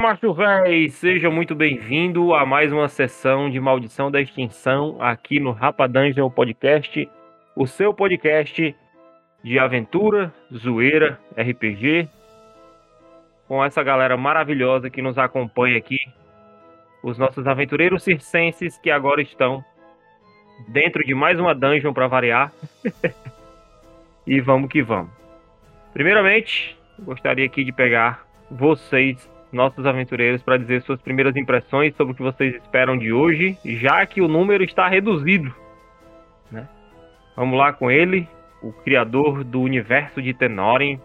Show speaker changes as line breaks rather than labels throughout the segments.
Márcio Reis, seja muito bem-vindo a mais uma sessão de Maldição da Extinção aqui no Rapadangel Podcast, o seu podcast de aventura, zoeira, RPG, com essa galera maravilhosa que nos acompanha aqui, os nossos aventureiros circenses que agora estão dentro de mais uma dungeon para variar. e vamos que vamos. Primeiramente, gostaria aqui de pegar vocês, nossos aventureiros, para dizer suas primeiras impressões sobre o que vocês esperam de hoje, já que o número está reduzido. Né? Vamos lá com ele, o criador do universo de Tenorin,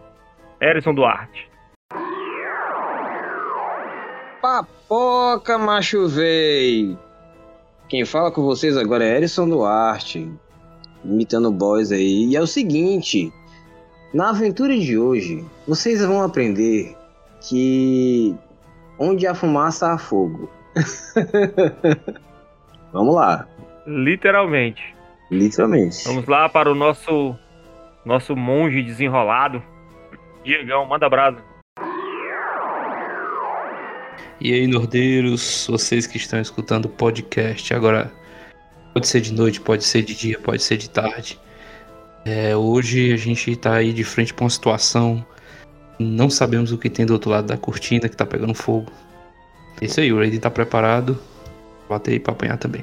Erison Duarte.
Papoca, macho véi! Quem fala com vocês agora é Erison Duarte, imitando o boys aí. E é o seguinte: na aventura de hoje, vocês vão aprender que onde há fumaça há fogo. Vamos lá.
Literalmente.
Literalmente.
Vamos lá para o nosso nosso monge desenrolado. Diegão, manda brasa.
E aí, nordeiros, vocês que estão escutando o podcast agora, pode ser de noite, pode ser de dia, pode ser de tarde. É, hoje a gente tá aí de frente para uma situação, não sabemos o que tem do outro lado da cortina que tá pegando fogo. É isso aí, o Lady tá preparado, bater aí pra apanhar também.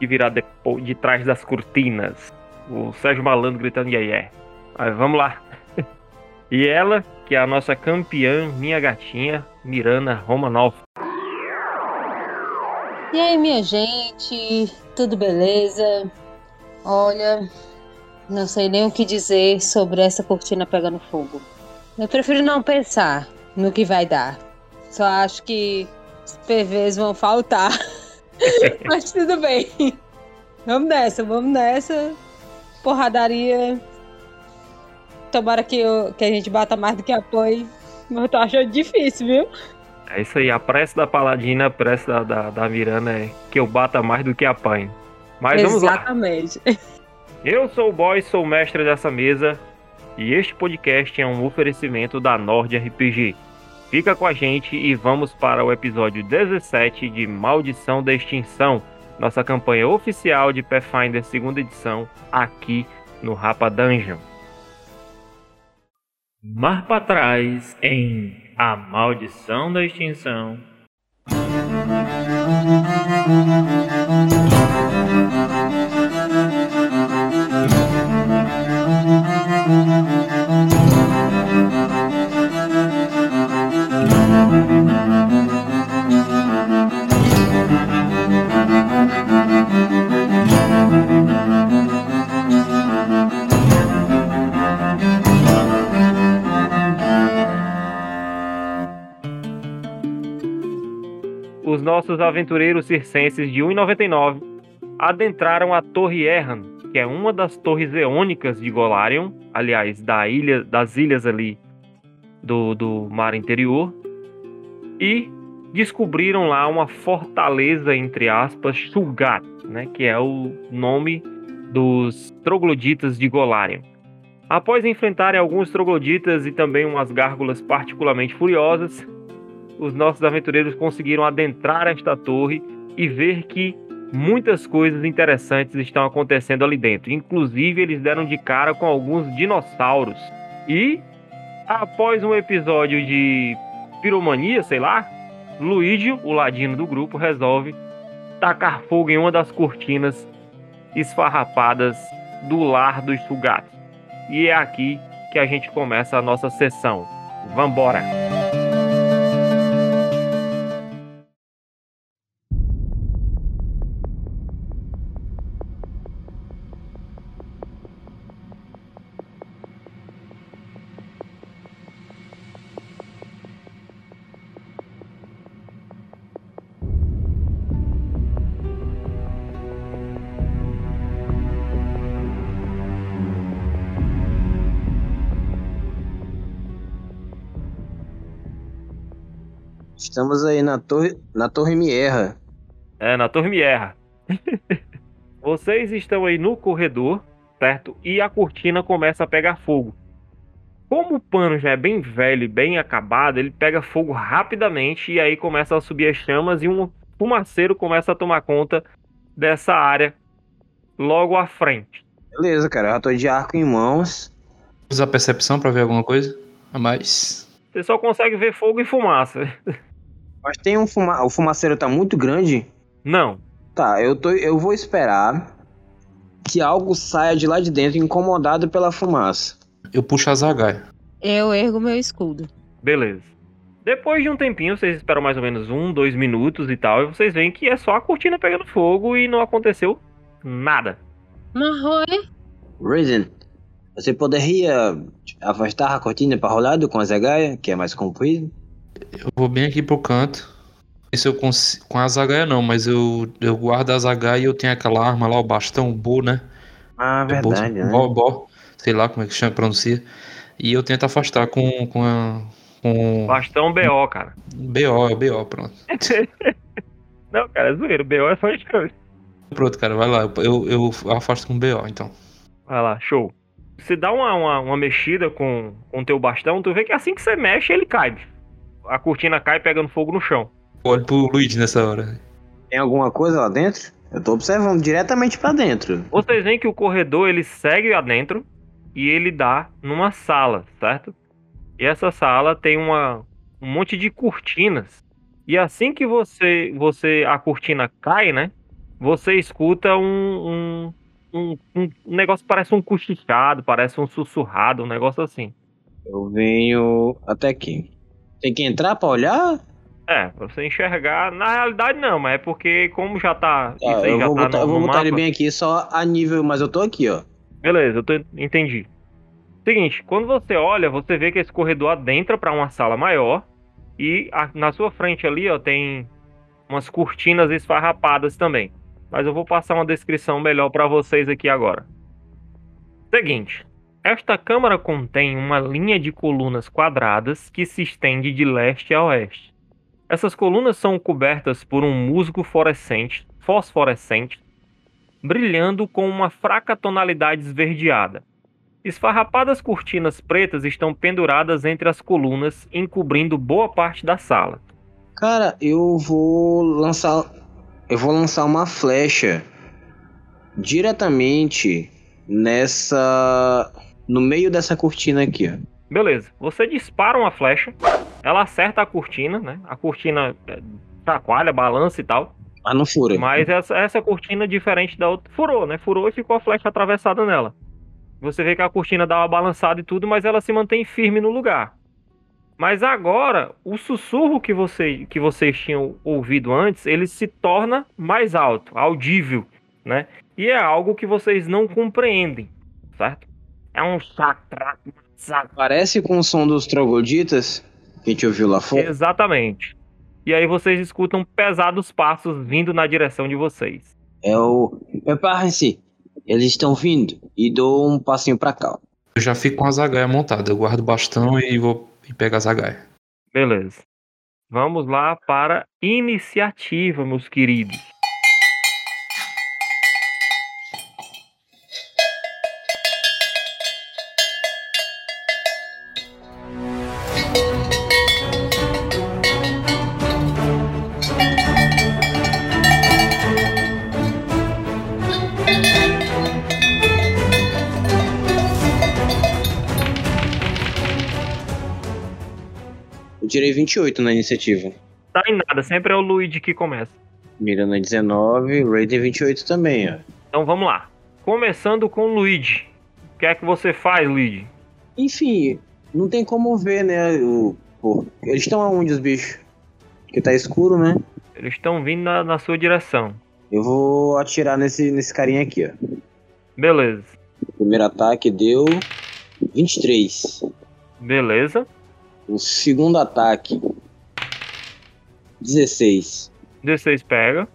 Que virá de, de trás das cortinas. O Sérgio Malandro gritando yeah, yeah. Mas vamos lá. e ela, que é a nossa campeã, minha gatinha, Mirana Romanov.
E aí, minha gente, tudo beleza? Olha, não sei nem o que dizer sobre essa cortina pegando fogo. Eu prefiro não pensar no que vai dar. Só acho que os PVs vão faltar. Mas tudo bem. Vamos nessa, vamos nessa. Porradaria. Tomara que, eu- que a gente bata mais do que apoie. Mas eu tô achando difícil, viu?
É isso aí, a prece da Paladina, a prece da, da, da Mirana é que eu bata mais do que apanho. Mas vamos lá.
Exatamente.
Eu sou o Boy, sou o mestre dessa mesa e este podcast é um oferecimento da Nord RPG. Fica com a gente e vamos para o episódio 17 de Maldição da Extinção, nossa campanha oficial de Pathfinder 2 edição aqui no Rapa Dungeon. Mar para trás em A Maldição da Extinção. os nossos aventureiros circenses de 1,99 adentraram a Torre Erran, que é uma das torres eônicas de Golarion, aliás, da ilha, das ilhas ali do, do mar interior, e descobriram lá uma fortaleza, entre aspas, Shulgat, né, que é o nome dos trogloditas de Golarion. Após enfrentarem alguns trogloditas e também umas gárgulas particularmente furiosas, os nossos aventureiros conseguiram adentrar esta torre e ver que muitas coisas interessantes estão acontecendo ali dentro. Inclusive, eles deram de cara com alguns dinossauros. E, após um episódio de piromania, sei lá, Luigi, o ladino do grupo, resolve tacar fogo em uma das cortinas esfarrapadas do lar dos sugatos. E é aqui que a gente começa a nossa sessão. Vambora!
Estamos aí na torre, na torre Mierra.
É, na Torre Mierra. Vocês estão aí no corredor, certo? E a cortina começa a pegar fogo. Como o pano já é bem velho e bem acabado, ele pega fogo rapidamente e aí começa a subir as chamas e um fumaceiro começa a tomar conta dessa área logo à frente.
Beleza, cara. Eu já tô de arco em mãos.
Usar percepção pra ver alguma coisa a mais.
Você só consegue ver fogo e fumaça.
Mas tem um fuma... O fumaceiro tá muito grande.
Não.
Tá, eu, tô... eu vou esperar que algo saia de lá de dentro incomodado pela fumaça.
Eu puxo a zagaia.
Eu ergo meu escudo.
Beleza. Depois de um tempinho, vocês esperam mais ou menos um, dois minutos e tal, e vocês veem que é só a cortina pegando fogo e não aconteceu nada.
Marroia?
Reason, você poderia afastar a cortina para o lado com a zagaia, que é mais comprido?
Eu vou bem aqui pro canto. Isso eu cons... com a zagaia não, mas eu, eu guardo a zagaia e eu tenho aquela arma lá, o bastão, o bo, né?
Ah,
É bolso-
verdade, né?
Bó, bó, sei lá como é que chama, pronuncia. E eu tento afastar com, com a. Com
Bastão BO, cara.
BO, é o BO, pronto.
Não, cara, é zoeiro. BO é só chama.
Pronto, cara, vai lá. Eu, eu afasto com BO, então.
Vai lá, show. Você dá uma, uma, uma mexida com o teu bastão, tu vê que assim que você mexe, ele cai. bicho. A cortina cai pegando fogo no chão.
Eu olho pro Luigi nessa hora.
Tem alguma coisa lá dentro? Eu tô observando diretamente pra dentro.
Vocês veem que o corredor ele segue adentro e ele dá numa sala, certo? E essa sala tem uma, um monte de cortinas. E assim que você, você a cortina cai, né? Você escuta um, um, um, um negócio que parece um cochichado, parece um sussurrado, um negócio assim.
Eu venho até aqui. Tem que entrar pra olhar?
É, pra você enxergar, na realidade não, mas é porque como já tá.
Tá,
isso aí
eu
já
vou
tá
botar,
no,
eu vou
no
botar ele
mapa.
bem aqui, só a nível, mas eu tô aqui, ó.
Beleza, eu tô, entendi. Seguinte, quando você olha, você vê que esse corredor adentra pra uma sala maior e a- na sua frente ali, ó, tem umas cortinas esfarrapadas também. Mas eu vou passar uma descrição melhor pra vocês aqui agora. Seguinte, esta câmara contém uma linha de colunas quadradas que se estende de leste a oeste. Essas colunas são cobertas por um musgo fluorescente, fosforescente brilhando com uma fraca tonalidade esverdeada. Esfarrapadas cortinas pretas estão penduradas entre as colunas, encobrindo boa parte da sala.
Cara, eu vou lançar. Eu vou lançar uma flecha diretamente nessa. No meio dessa cortina aqui, ó.
Beleza, você dispara uma flecha, ela acerta a cortina, né? A cortina é, chacoalha, balança e tal.
Mas Ah, não fura.
Mas essa, essa cortina, é diferente da outra, furou, né? Furou e ficou a flecha atravessada nela. Você vê que a cortina dá uma balançada e tudo, mas ela se mantém firme no lugar. Mas agora, o sussurro que, você, que vocês tinham ouvido antes, ele se torna mais alto, audível, né? E é algo que vocês não compreendem, certo? É um chacra...
Parece com o som dos trogloditas que a gente ouviu lá fora.
Exatamente. E aí vocês escutam pesados passos vindo na direção de vocês.
É o. Preparem-se. assim, Eles estão vindo. E dou um passinho pra cá. ó.
Eu já fico com a zagaia montada. Eu guardo o bastão e vou e pego a zagaia.
Beleza. Vamos lá para iniciativa, meus queridos.
Eu tirei 28 na iniciativa.
Tá em nada, sempre é o Luigi que começa.
Miranda 19, Raiden 28 também, ó.
Então vamos lá. Começando com o Luigi. O que é que você faz, Luigi?
Enfim, não tem como ver, né? O, pô, eles estão aonde os bichos? Porque tá escuro, né?
Eles estão vindo na, na sua direção.
Eu vou atirar nesse, nesse carinha aqui, ó.
Beleza.
Primeiro ataque deu 23.
Beleza.
O segundo ataque, 16.
16 pega.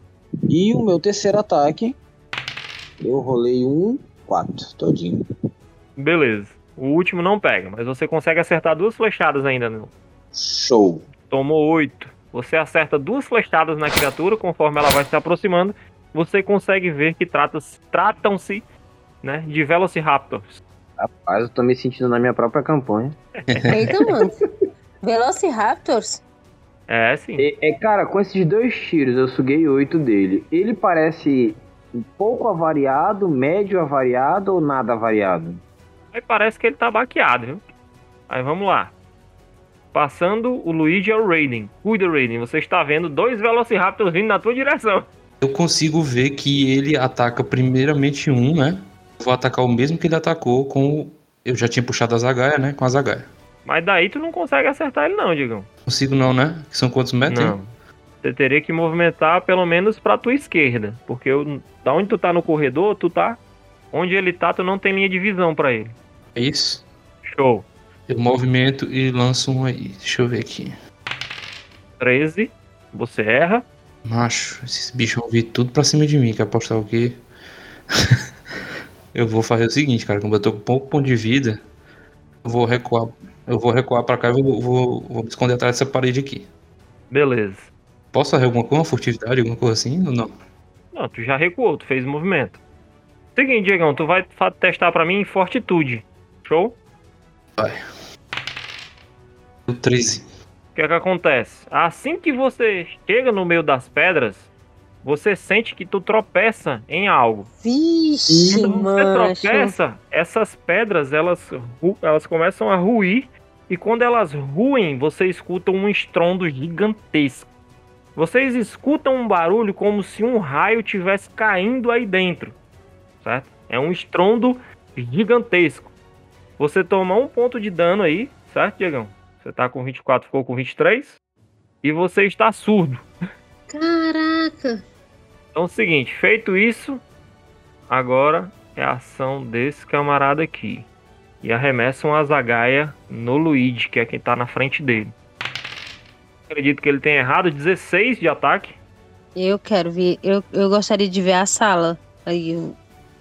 E o meu terceiro ataque, eu rolei um 4 todinho.
Beleza. O último não pega, mas você consegue acertar duas flechadas ainda. Não.
Show.
Tomou 8. Você acerta duas flechadas na criatura, conforme ela vai se aproximando, você consegue ver que trata- tratam-se né, de Velociraptors.
Rapaz, eu tô me sentindo na minha própria campanha.
Eita, mano. Velociraptors?
É, sim.
E- É, cara, com esses dois tiros eu suguei oito dele. Ele parece um pouco avariado, médio avariado ou nada avariado?
Aí parece que ele tá baqueado, viu? Aí vamos lá. Passando o Luigi ao Raiden. Cuida, Raiden. Você está vendo dois Velociraptors vindo na tua direção.
Eu consigo ver que ele ataca primeiramente um, né? Vou atacar o mesmo que ele atacou com. o- Eu já tinha puxado a zagaia, né? Com a zagaia.
Mas daí tu não consegue acertar ele não, Digão.
Consigo não, né? Que são quantos metros? hein?
Não. Você teria que movimentar pelo menos pra tua esquerda. Porque eu- da onde tu tá no corredor, tu tá... Onde ele tá, tu não tem linha de visão pra ele.
É isso.
Show.
Eu movimento e lanço um aí. Deixa eu ver aqui.
13. Você erra.
Macho, esses bichos vão vir tudo pra cima de mim. Quer apostar o quê? eu vou fazer o seguinte, cara. Como eu tô com pouco ponto de vida, eu vou recuar. Eu vou recuar pra cá e vou, vou, vou me esconder atrás dessa parede aqui.
Beleza.
Posso fazer alguma coisa? Uma furtividade, alguma coisa assim? Ou não?
Não, tu já recuou, tu fez o movimento. Seguinte, Diegão, tu vai fa- testar pra mim em Fortitude. Show?
Eu 13.
O que é que acontece? Assim que você chega no meio das pedras, você sente que tu tropeça em algo.
Vixe,
Quando você
mano. é
tropeça, essas pedras elas, ru- elas começam a ruir e quando elas ruem, você escuta um estrondo gigantesco. Vocês escutam um barulho como se um raio tivesse caindo aí dentro, certo? É um estrondo gigantesco. Você toma um ponto de dano aí, certo, Diegão? Você tá com 24, ficou com 23 e você está surdo.
Caraca.
Então é o seguinte, feito isso, agora é a ação desse camarada aqui. E arremessam a zagaia no Luigi, que é quem tá na frente dele. Acredito que ele tenha errado, 16 de ataque.
Eu quero ver. Eu, eu gostaria de ver a sala aí o-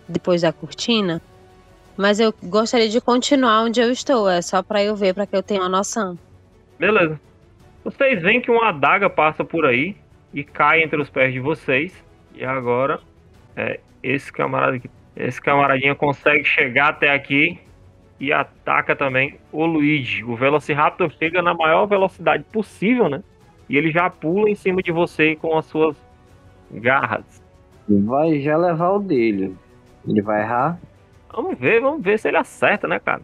depois da cortina. Mas eu gostaria de continuar onde eu estou. É só pra eu ver, pra que eu tenha uma noção.
Beleza. Vocês veem que uma adaga passa por aí e cai entre os pés de vocês. E agora é esse camarada aqui. Esse camaradinha consegue chegar até aqui e ataca também o Luigi. O Velociraptor chega na maior velocidade possível, né? E ele já pula em cima de você com as suas garras.
Vai já levar o dele. Ele vai errar?
Vamos ver, vamos ver se ele acerta, né, cara?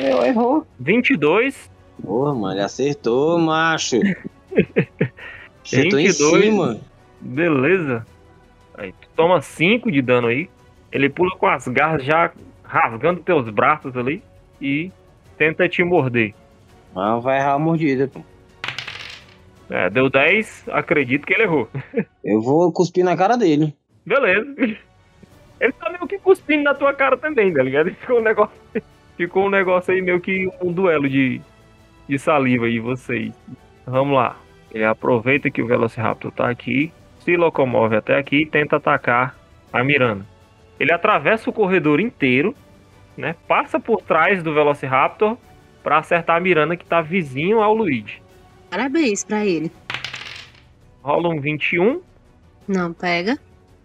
É, Eu errou.
22,
Porra, mano, ele acertou, macho. Acertou em
22.
cima.
Beleza. Aí, tu toma 5 de dano aí. Ele pula com as garras já rasgando teus braços ali e tenta te morder.
Ah, vai errar a mordida. pô.
É, deu 10, acredito que ele errou.
Eu vou cuspir na cara dele.
Beleza. Ele tá meio que cuspindo na tua cara também, tá ligado? Ficou um negócio, ficou um negócio aí meio que um duelo de, de saliva aí, vocês. Vamos lá. Ele aproveita que o Velociraptor tá aqui, se locomove até aqui e tenta atacar a Miranda. Ele atravessa o corredor inteiro, né? Passa por trás do Velociraptor pra acertar a Miranda que tá vizinho ao Luigi.
Parabéns pra ele.
Rola um 21,
Não pega.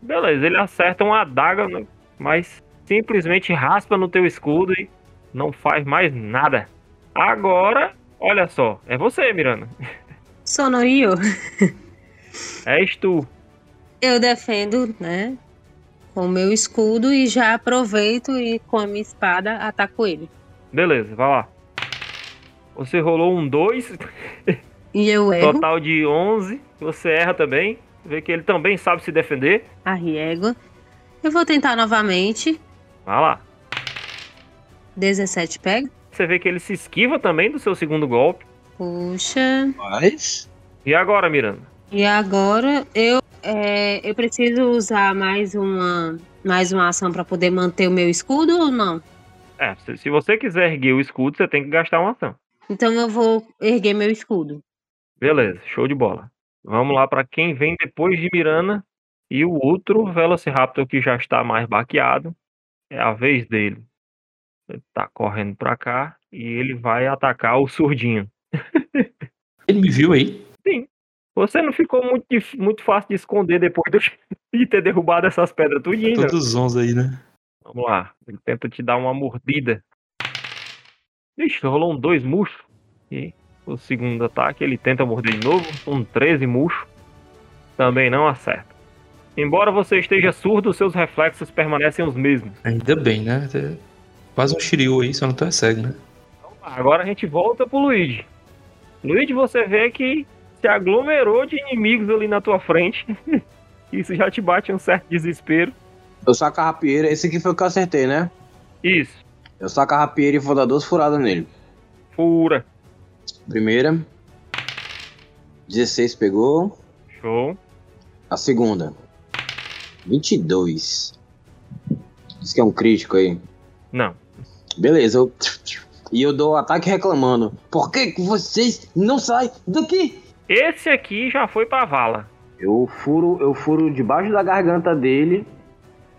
Beleza, ele acerta uma adaga, né? mas simplesmente raspa no teu escudo e não faz mais nada. Agora, olha só, é você, Miranda.
Sonorio.
És tu.
Eu defendo, né? Com o meu escudo e já aproveito e com a minha espada ataco ele.
Beleza, vai lá. Você rolou um 2,
E eu erro,
total de 11. Você erra também. Vê que ele também sabe se defender.
arriego. Eu vou tentar novamente.
Vai lá.
17 pega.
Você vê que ele se esquiva também do seu segundo golpe.
Puxa.
Mas.
E agora, Miranda?
E agora eu é, eu preciso usar mais uma mais uma ação para poder manter o meu escudo ou não?
É, se se você quiser erguer o escudo, você tem que gastar uma ação.
Então eu vou erguer meu escudo.
Beleza, show de bola. Vamos lá para quem vem depois de Mirana e o outro Velociraptor que já está mais baqueado. É a vez dele. Ele tá correndo para cá e ele vai atacar o surdinho.
Ele me viu aí.
Você não ficou muito, dif- muito fácil de esconder depois do- de ter derrubado essas pedras tudinho, né?
Todos os 11 aí, né?
Vamos lá. Ele tenta te dar uma mordida. Ixi, rolou um 2 murcho. E o segundo ataque, ele tenta morder de novo. Um 13 murcho. Também não acerta. Embora você esteja surdo, seus reflexos permanecem os mesmos.
Ainda bem, né? Até- Quase um Shiryu aí, só não tô é cego, né?
Agora a gente volta pro Luigi. Luigi, você vê que se aglomerou de inimigos ali na tua frente. Isso já te bate um certo desespero.
Eu saco a rapieira, esse aqui foi o que eu acertei, né?
Isso.
Eu saco a rapieira e vou dar duas furadas nele.
Fura.
Primeira. 16 pegou.
Show.
A segunda. 22. Isso que é um crítico aí.
Não.
Beleza, eu. E eu dou o ataque reclamando. Por que que vocês não saem daqui?
Esse aqui já foi pra vala.
Eu furo, eu furo debaixo da garganta dele.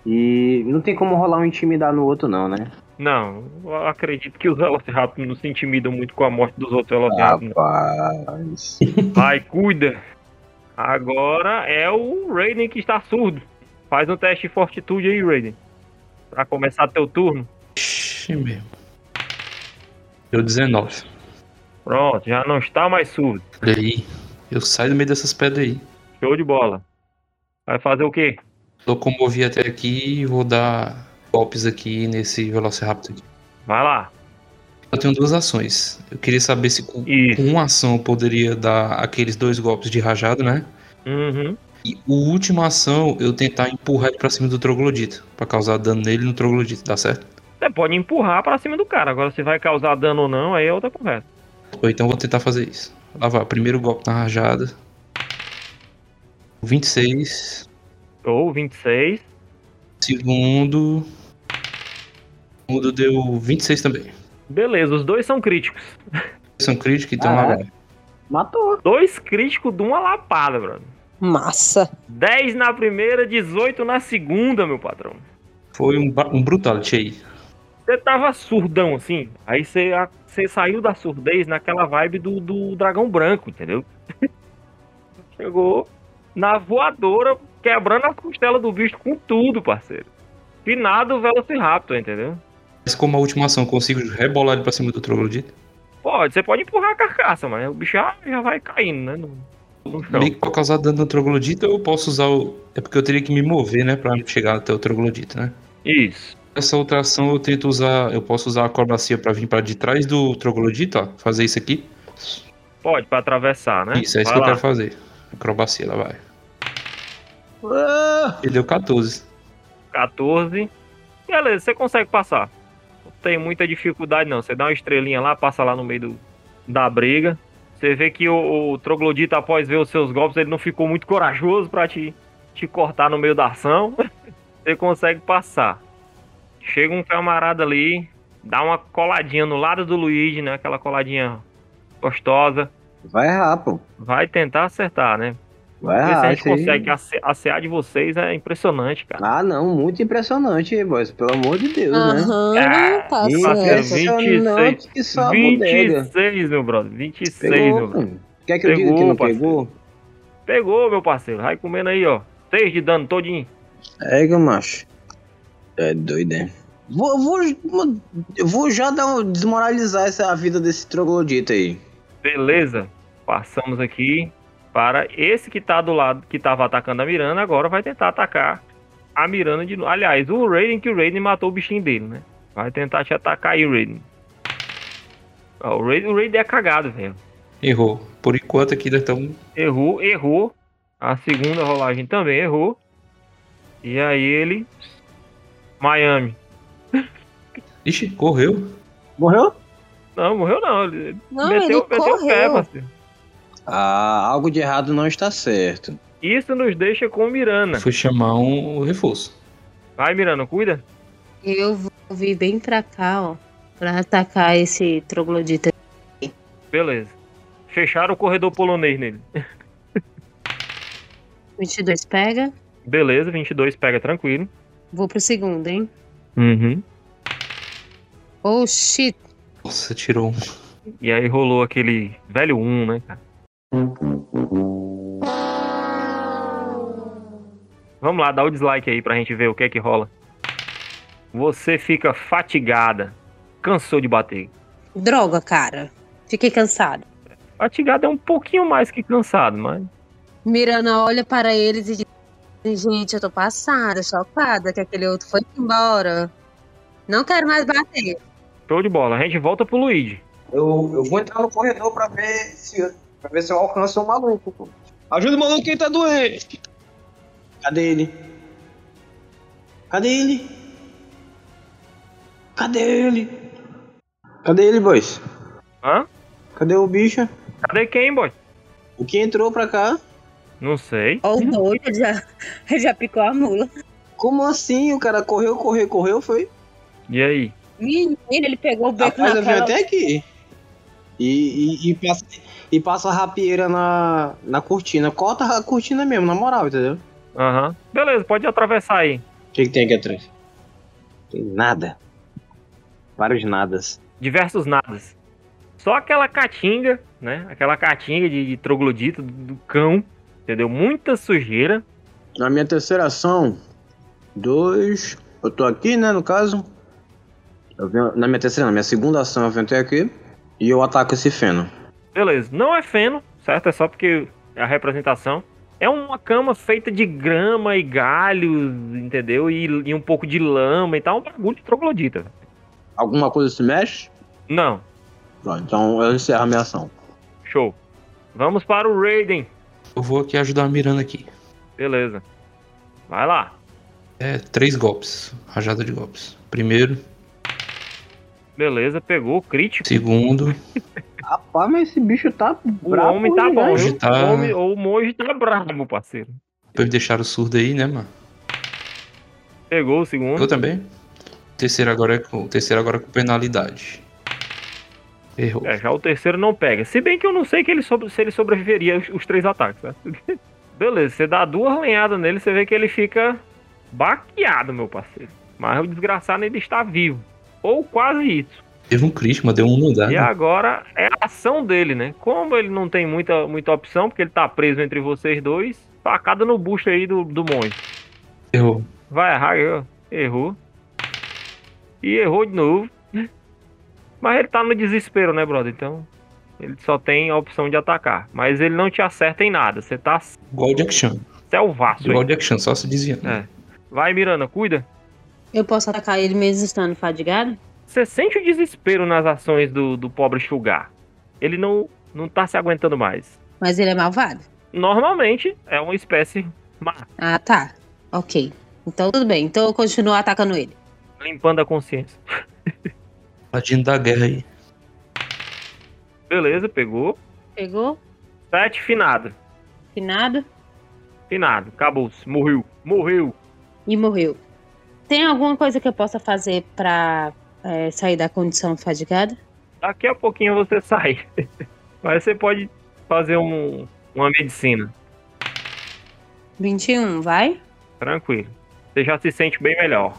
E não tem como rolar um intimidar no outro, não, né?
Não, eu acredito que os Velociraptors não se intimidam muito com a morte dos outros Velociraptors. não.
Rapaz.
Vai, cuida. Agora é o Raiden que está surdo. Faz um teste de fortitude aí, Raiden. Pra começar teu turno.
Ixi, mesmo. Deu 19.
Pronto, já não está mais surdo.
Olha aí. Eu saio do meio dessas pedras aí.
Show de bola. Vai fazer o quê?
Locomovi até aqui e vou dar golpes aqui nesse Velociraptor. aqui.
Vai lá.
Eu tenho duas ações. Eu queria saber se com,
Isso.
com uma ação eu poderia dar aqueles dois golpes de rajado, né?
Uhum.
E a última ação eu tentar empurrar ele pra cima do troglodita. Pra causar dano nele no troglodita, dá certo?
Você pode empurrar pra cima do cara. Agora, se vai causar dano ou não, aí é outra conversa.
Ou então eu vou tentar fazer isso. Lá vai, primeiro golpe na rajada. 26.
Show, 26.
Segundo. Segundo deu 26 também.
Beleza, os dois são críticos.
São críticos, então lá
Caraca.
vai.
Matou.
Dois críticos de uma lapada, brother.
Massa.
10 na primeira, 18 na segunda, meu patrão.
Foi um, ba- um brutality aí.
Você tava surdão, assim. Aí você, a- você saiu da surdez naquela vibe do, do dragão branco, entendeu? Chegou na voadora, quebrando as costelas do bicho com tudo, parceiro. Finado o Velociraptor, entendeu?
Mas como a última ação eu consigo rebolar ele pra cima do troglodita.
Pode, você pode empurrar a carcaça, mas o bicho já, já vai caindo, né? No, no chão.
Meio que pra causar dano no troglodita eu posso usar o. É porque eu teria que me mover, né? Pra chegar até o troglodita, né?
Isso.
Essa outra ação eu tento usar. Eu posso usar a acrobacia pra vir pra de trás do troglodita, ó. Fazer isso aqui.
Pode, pra atravessar, né?
Isso, é isso
Vai
que eu
lá.
quero fazer. Acrobacia, lá vai. Ele deu 14.
14. Beleza, você consegue passar. Não tem muita dificuldade, não. Você dá uma estrelinha lá, passa lá no meio do- da briga. Você vê que o, o Troglodita, após ver os seus golpes, ele não ficou muito corajoso pra te, te cortar no meio da ação. Você consegue passar. Chega um camarada ali, dá uma coladinha no lado do Luigi, né? Aquela coladinha gostosa.
Vai errar, pô.
Vai tentar acertar, né?
Vai
Ver se
errar.
a gente
isso Ah, aí.
consegue ace- acear de vocês é impressionante, cara.
Ah, não, muito impressionante, boys. Pelo amor de Deus, né?
Aham, Tá
Ah,
passa.
Marcelo.
Impressionante que só a bodega.
26, meu brother. 26, meu
Pegou,
brother.
pô. Quer que eu diga que
Pegou,
não
parceiro.
pegou?
Pegou, meu parceiro. Vai comendo aí, ó. 6 de dano todinho.
Pega, macho. É doido, é. Vou, vou, eu vou já dar um- desmoralizar essa, a vida desse troglodita aí.
Beleza. Passamos aqui para esse que tá do lado, que tava atacando a Miranda, agora vai tentar atacar a Miranda de novo. Aliás, o Raiden, que o Raiden matou o bichinho dele, né? Vai tentar te atacar aí, Raiden. Ó, o, Raiden o Raiden é cagado, velho.
Errou. Por enquanto aqui né, nós estamos.
Errou, errou. A segunda rolagem também errou. E aí ele... Miami.
Ixi, correu.
Morreu?
Não, morreu não. Ele
Não,
meteu,
ele
meteu o pé,
correu.
parceiro.
Ah, algo de errado não está certo.
Isso nos deixa com o Mirana.
Foi chamar um reforço.
Vai, Mirana, cuida.
Eu vou vir bem pra cá, ó. Pra atacar esse troglodita.
Beleza. Fecharam o corredor polonês nele.
22 pega.
Beleza, 22 pega tranquilo.
Vou pro segundo, hein?
Uhum.
Oh, shit.
Nossa, tirou um.
E aí rolou aquele velho 1, né, cara? Vamos lá, dá o dislike aí pra gente ver o que é que rola. Você fica fatigada. Cansou de bater.
Droga, cara. Fiquei cansado.
Fatigada é um pouquinho mais que cansado, mas.
Mirana olha para eles e diz: Gente, eu tô passada, chocada que aquele outro foi embora. Não quero mais bater.
Show de bola. A gente volta pro Luigi.
Eu, eu vou entrar no corredor pra ver se, pra ver se eu alcanço o maluco. pô. Ajuda o maluco quem tá doente. Cadê ele? Cadê ele? Cadê ele? Cadê ele, boys?
Hã?
Cadê o bicho?
Cadê quem, boy?
O que entrou pra cá?
Não sei.
Ó, o doido ele já, ele já picou a mula.
Como assim? O cara correu, correu, correu, foi?
E aí?
Menino, ele pegou o beco
Rapaz,
na
eu vim
cara.
até aqui. E, e, e passa, e passa a rapieira na, na cortina. Corta a cortina mesmo, na moral, entendeu?
Aham. Beleza, pode atravessar aí.
O que, que tem aqui atrás? Tem nada. Vários nadas.
diversos nadas. Só aquela caatinga, né? Aquela caatinga de, de troglodito do, do cão, entendeu? Muita sujeira.
Na minha terceira ação, dois. Eu tô aqui, né, no caso. Eu venho- na minha terceira, na minha segunda ação, eu venho até aqui. E eu ataco esse feno.
Beleza, não é feno, certo? É só porque é a representação. É uma cama feita de grama e galhos, entendeu? E, e um pouco de lama e tal. Um bagulho de troglodita. velho.
Alguma coisa se mexe?
Não,
Pronto, então eu encerro a minha ação.
show. Vamos para o Raiden.
Eu vou aqui ajudar a Miranda aqui.
Beleza. Vai lá.
É, três golpes. Rajada de golpes. Primeiro,
Beleza, pegou o crítico.
segundo.
Rapaz, mas esse bicho tá
O homem tá bom,
Hoje
viu?
tá-
O, homem, o monge tá brabo, parceiro.
Depois deixaram o surdo aí, né, mano?
Pegou o segundo.
Eu também. O terceiro agora é com, o terceiro agora é com penalidade. Errou.
É, já o terceiro não pega. Se bem que eu não sei que ele sobre- se ele sobreviveria os, os três ataques, né? Beleza, você dá duas lenhadas nele, você vê que ele fica baqueado, meu parceiro. Mas o desgraçado ainda está vivo. Ou quase isso.
Teve um crítico, mas deu um no dado.
E agora é a ação dele, né? Como ele não tem muita, muita opção, porque ele tá preso entre vocês dois, tacada no bucho aí do, do monge.
Errou.
Vai errar, errou. errou. E errou de novo. Mas ele tá no desespero, né, brother? Então, ele só tem a opção de atacar. Mas ele não te acerta em nada. Você tá
Igual de action.
selvaço
Igual
aí.
de action, só se desviando.
É. Vai, Miranda, cuida.
Eu posso atacar ele mesmo estando fadigado?
Você sente o desespero nas ações do, do pobre Sugar. Ele não, não tá se aguentando mais.
Mas ele é malvado?
Normalmente, é uma espécie má,
Ah, tá. Ok. Então tudo bem. Então eu continuo atacando ele.
limpando a consciência.
Ladino da guerra aí.
Beleza, pegou.
Pegou?
Sete, finado.
Finado?
Finado, acabou-se. Morreu, morreu.
E morreu. Tem alguma coisa que eu possa fazer pra eh, sair da condição fadigada?
Daqui a pouquinho você sai. Mas você pode fazer um, uma medicina,
21, vai?
tranquilo. Você já se sente bem melhor.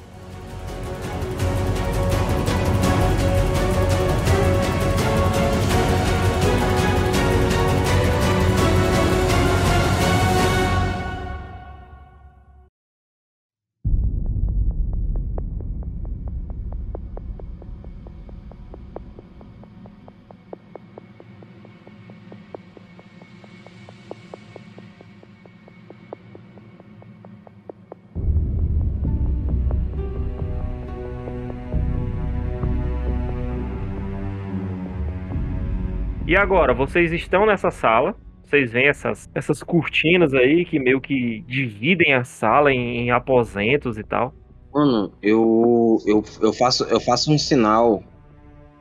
E agora, vocês estão nessa sala. Vocês veem essas, essas cortinas aí que meio que dividem a sala em, em aposentos e tal.
Mano, eu, eu, eu, faço, eu faço um sinal.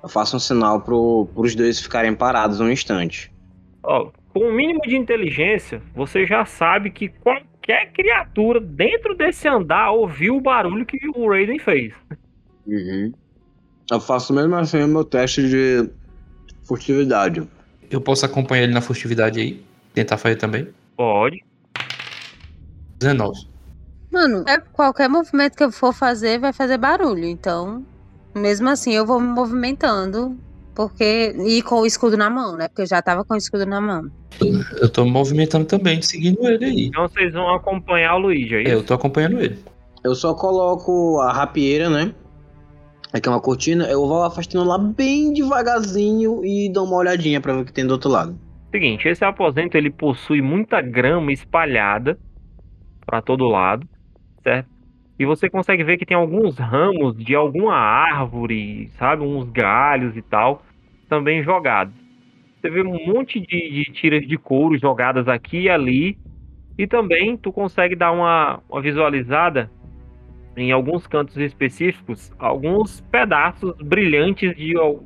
Eu faço um sinal pro, pros dois ficarem parados um instante.
Ó, com o mínimo de inteligência, você já sabe que qualquer criatura dentro desse andar ouviu o barulho que o Raiden fez.
Uhum. Eu faço mesmo assim o meu teste de furtividade.
Eu posso acompanhar ele na furtividade aí. Tentar fazer também.
Pode.
19.
Mano, é- qualquer movimento que eu for fazer vai fazer barulho. Então, mesmo assim, eu vou me movimentando. Porque. E com o escudo na mão, né? Porque eu já tava com o escudo na mão.
Eu tô me movimentando também, seguindo ele aí.
Então vocês vão acompanhar o Luigi é aí.
É, eu tô acompanhando ele.
Eu só coloco a rapieira, né? Aqui é uma cortina, eu vou afastando lá bem devagarzinho e dou uma olhadinha pra ver o que tem do outro lado.
Seguinte, esse aposento ele possui muita grama espalhada para todo lado, certo? E você consegue ver que tem alguns ramos de alguma árvore, sabe, uns galhos e tal, também jogados. Você vê um monte de, de tiras de couro jogadas aqui e ali, e também tu consegue dar uma, uma visualizada em alguns cantos específicos, alguns pedaços brilhantes de al-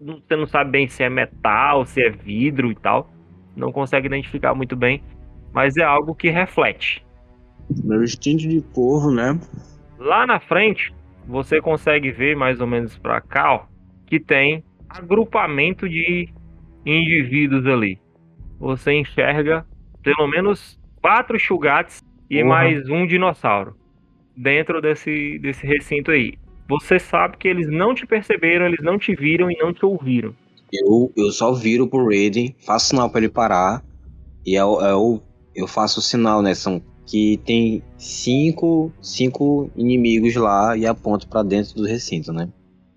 não- você não sabe bem se é metal, se é vidro e tal. Não consegue identificar muito bem, mas é algo que reflete.
Meu instinto de corvo, né?
Lá na frente, você consegue ver mais ou menos pra cá, ó, que tem agrupamento de indivíduos ali. Você enxerga pelo menos quatro chugates e
Porra.
mais um dinossauro dentro desse, desse recinto aí. Você sabe que eles não te perceberam, eles não te viram e não te ouviram.
Eu, eu só viro pro Raiden, faço sinal pra ele parar, e eu, eu, eu faço o sinal, né? São que tem cinco, cinco inimigos lá e aponto pra dentro do recinto, né?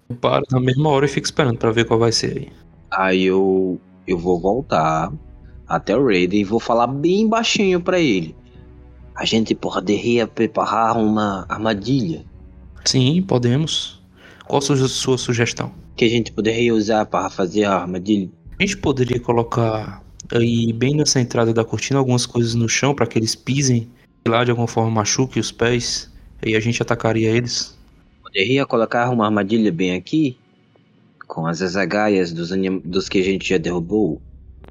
Eu paro na mesma hora e fico esperando pra ver qual vai ser aí.
Aí eu, eu vou voltar até o Raiden e vou falar bem baixinho pra ele. A gente poderia preparar uma armadilha
Sim, podemos. Qual a su- sua sugestão?
que a gente poderia usar para fazer a armadilha.
A gente poderia colocar aí bem nessa entrada da cortina algumas coisas no chão pra que eles pisem e lá de alguma forma machuque os pés e a gente atacaria eles.
Poderia colocar uma armadilha bem aqui com as azagaias dos, anim- dos que a gente já derrubou.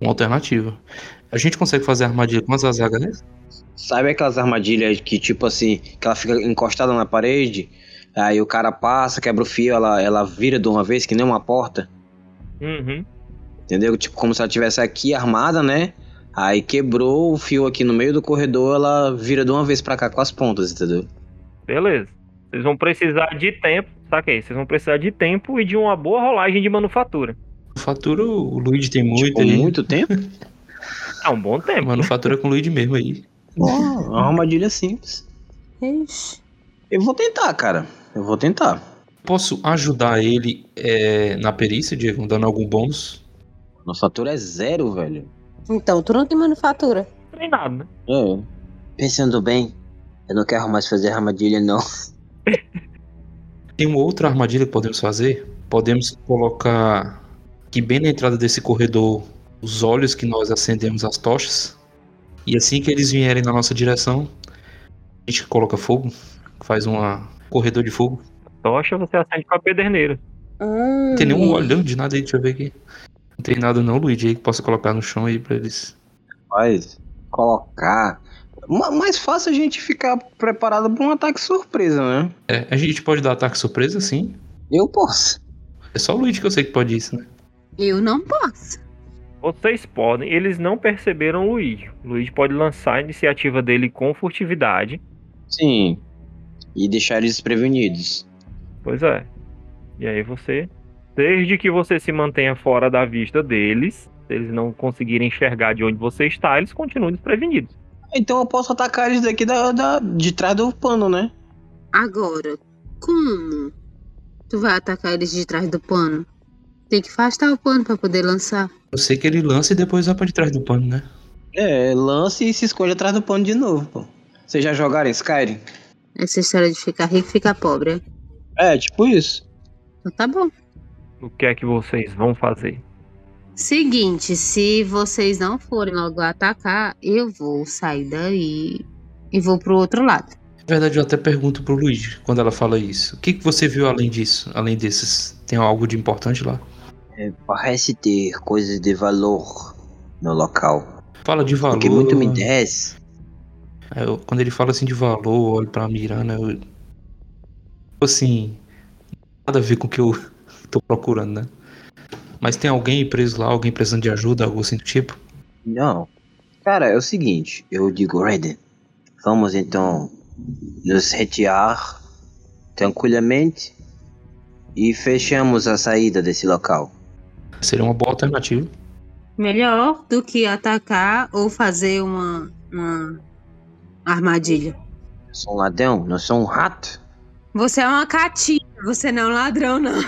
Uma alternativa. A gente consegue fazer armadilha com as azagas, né?
Sabe aquelas armadilhas que tipo assim, que ela fica encostada na parede, aí o cara passa, quebra o fio, ela, ela vira de uma vez que nem uma porta?
Uhum.
Entendeu? Tipo, como se ela tivesse aqui armada, né? Aí quebrou o fio aqui no meio do corredor, ela vira de uma vez pra cá com as pontas, entendeu?
Beleza. Vocês vão precisar de tempo, saquei? Vocês vão precisar de tempo e de uma boa rolagem de manufatura.
Manufatura, o Luigi tem muito
Tipo,
aí.
muito tempo?
É um bom tempo.
Manufatura com o Luigi mesmo aí.
Ó, é uma armadilha simples.
Ixi.
Eu vou tentar, cara. Eu vou tentar.
Posso ajudar ele é, na perícia, Diego, dando algum bônus?
Manufatura é zero, velho.
Então, tu não tem manufatura.
Treinado, né?
É. Pensando bem, eu não quero mais fazer armadilha, não.
Tem uma outra armadilha que podemos fazer. Podemos colocar aqui bem na entrada desse corredor os olhos que nós acendemos as tochas. E assim que eles vierem na nossa direção, a gente coloca fogo, faz um corredor de fogo.
Tocha você acende com a pederneira.
Hum.
Não tem nenhum olhão de nada aí, deixa eu ver aqui. Não tem nada não, Luigi, aí que possa colocar no chão aí pra eles.
Mas colocar. Ma- Mais fácil a gente ficar preparado pra um ataque surpresa, né?
É, a gente pode dar ataque surpresa, sim.
Eu posso.
É só o Luigi que eu sei que pode isso, né?
Eu não posso.
Vocês podem, eles não perceberam o Luigi. O Luigi pode lançar a iniciativa dele com furtividade.
Sim. E deixar eles desprevenidos.
Pois é. E aí você. Desde que você se mantenha fora da vista deles, se eles não conseguirem enxergar de onde você está, eles continuam desprevenidos.
Então eu posso atacar eles daqui da, da- de trás do pano, né?
Agora, como tu vai atacar eles de trás do pano? Tem que afastar o pano pra poder lançar.
Eu sei que ele lança e depois vai pra detrás do pano, né?
É, lance e se esconde atrás do pano de novo, pô. Vocês já jogaram Skyrim?
Essa história de ficar rico e ficar pobre. é?
É, tipo isso.
Então tá bom.
O que é que vocês vão fazer?
Seguinte, se vocês não forem logo atacar, eu vou sair daí e vou pro outro lado.
Na verdade, eu até pergunto pro Luigi quando ela fala isso. O que, que você viu além disso? Além desses, tem algo de importante lá?
Parece ter coisas de valor no local.
Fala de valor.
O que é muito me interessa.
Aí eu- quando ele fala assim de valor, eu olho pra Mirana, eu. Tipo Assim. Nada a ver com o que eu tô procurando, né? Mas tem alguém preso lá, alguém precisando de ajuda, algo assim do tipo?
Não. Cara, é o seguinte, eu digo, Raiden, vamos então nos retirar tranquilamente e fechamos a saída desse local.
Seria uma boa alternativa.
Melhor do que atacar ou fazer uma, uma armadilha.
Eu sou um ladrão, não sou um rato.
Você é uma catinha. Você não é um ladrão, não.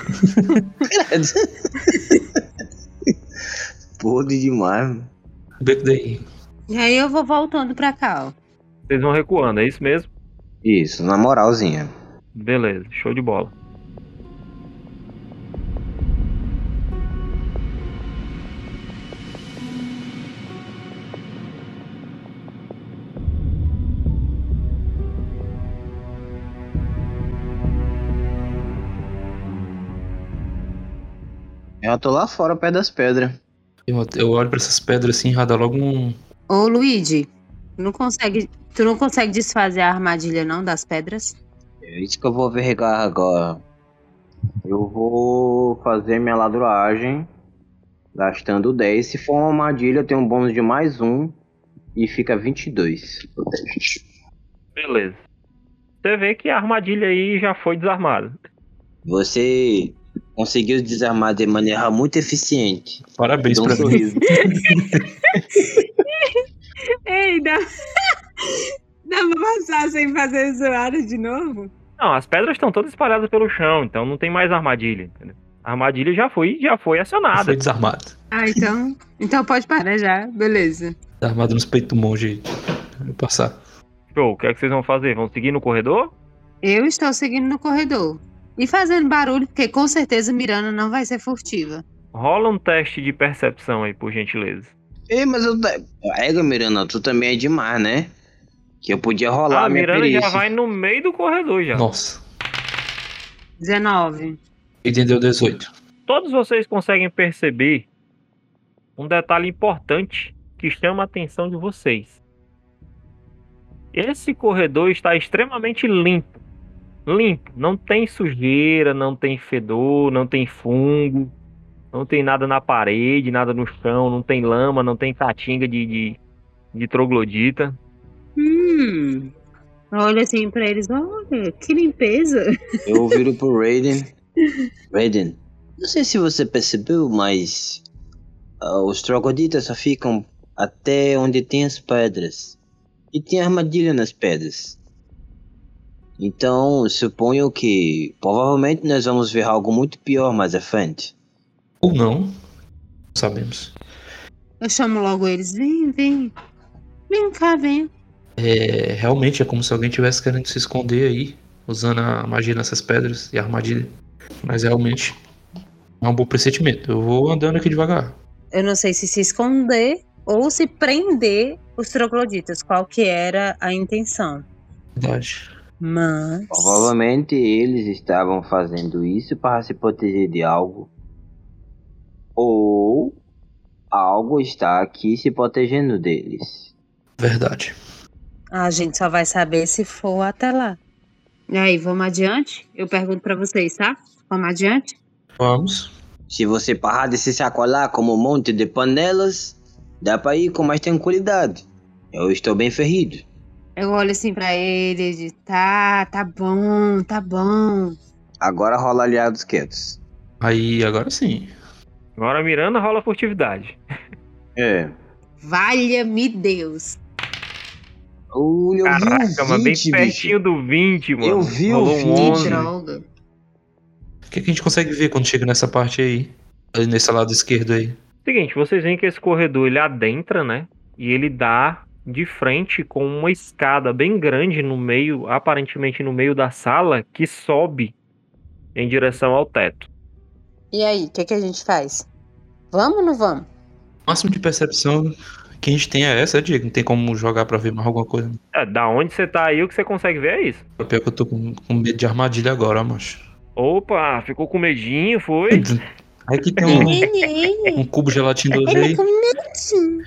Podre demais, mano.
Beco daí.
E aí eu vou voltando pra cá, ó.
Vocês vão recuando, é isso mesmo?
Isso, na moralzinha.
Beleza, show de bola.
Eu tô lá fora, perto das pedras.
Eu, eu olho pra essas pedras assim, rada logo um.
Ô, Luigi, não consegue, tu não consegue desfazer a armadilha, não, das pedras?
É isso que eu vou vergar agora. Eu vou fazer minha ladroagem, gastando 10. Se for uma armadilha, eu tenho um bônus de mais um e fica 22.
Beleza. Você vê que a armadilha aí já foi desarmada.
Você conseguiu desarmar de maneira muito eficiente.
Parabéns
Dá um
pra mim.
sorriso.
Ei, dá... dá pra passar sem fazer zoada de novo?
Não, as pedras estão todas espalhadas pelo chão, então não tem mais armadilha, entendeu? A armadilha já foi, já foi acionada.
Foi desarmado.
Ah, então... Então pode parar já, beleza.
Desarmado nos peitos do monge. Vou passar.
Show, o que é que vocês vão fazer? Vão seguir no corredor?
Eu estou seguindo no corredor. E fazendo barulho, porque com certeza Miranda não vai ser furtiva.
Rola um teste de percepção aí, por gentileza.
Ei, mas eu. ta- Ega, Miranda, tu também é demais, né? Que eu podia rolar
a
minha
Ah, Miranda já
perícia.
vai no meio do corredor já.
Nossa.
19.
Entendeu 18.
Todos vocês conseguem perceber um detalhe importante que chama a atenção de vocês. Esse corredor está extremamente limpo. Limpo, não tem sujeira, não tem fedor, não tem fungo, não tem nada na parede, nada no chão, não tem lama, não tem caatinga de, de, de troglodita.
Hum. Olha assim pra eles, olha, que limpeza.
Eu viro pro Raiden. Raiden, não sei se você percebeu, mas ah, os trogloditas só ficam até onde tem as pedras. E tem armadilha nas pedras. Então, suponho que provavelmente nós vamos ver algo muito pior mais à frente.
Ou não. Não sabemos.
Eu chamo logo eles, vem, vem. Vem cá, vem.
É, realmente é como se alguém tivesse querendo se esconder aí, usando a magia nessas pedras e a armadilha. Mas realmente é um bom pressentimento. Eu vou andando aqui devagar.
Eu não sei se se esconder ou se prender os trogloditas, qual que era a intenção.
Verdade.
Mas.
Tá Provavelmente eles estavam fazendo isso para se proteger de algo. Ou algo está aqui se protegendo deles.
Verdade.
A gente só vai saber se for até lá. E aí, vamos adiante? Eu pergunto pra vocês, tá? Vamos adiante?
Vamos.
Se você parar de se sacolar como um monte de panelas, dá pra ir com mais tranquilidade. Eu estou bem ferrido.
Eu olho assim pra ele e digo, tá, tá bom, tá bom.
Agora rola aliados quietos.
Aí agora sim.
Agora a Miranda rola furtividade.
É.
Valha-me Deus.
Uh, eu vi
Caraca,
o
mano, bem
20, bicho.
pertinho do 20, mano.
Eu vi o
Rolou um
20,
11.
droga.
O que, que a gente consegue ver quando chega nessa parte aí? Aí Nesse lado esquerdo aí.
Seguinte, vocês veem que esse corredor ele adentra, né? E ele dá de frente com uma escada bem grande no meio, aparentemente no meio da sala, que sobe em direção ao teto.
E aí, o que, que a gente faz? Vamos ou não vamos?
O máximo de percepção que a gente tem é essa, Diego. Não tem como jogar pra ver mais alguma coisa.
É, da onde você tá aí, o que você consegue ver é isso.
O pior que eu tô com, com medo de armadilha agora, ó, macho.
Opa, ficou com medinho, foi?
Aí que tem um,
Ele
um cubo gelatinoso aí.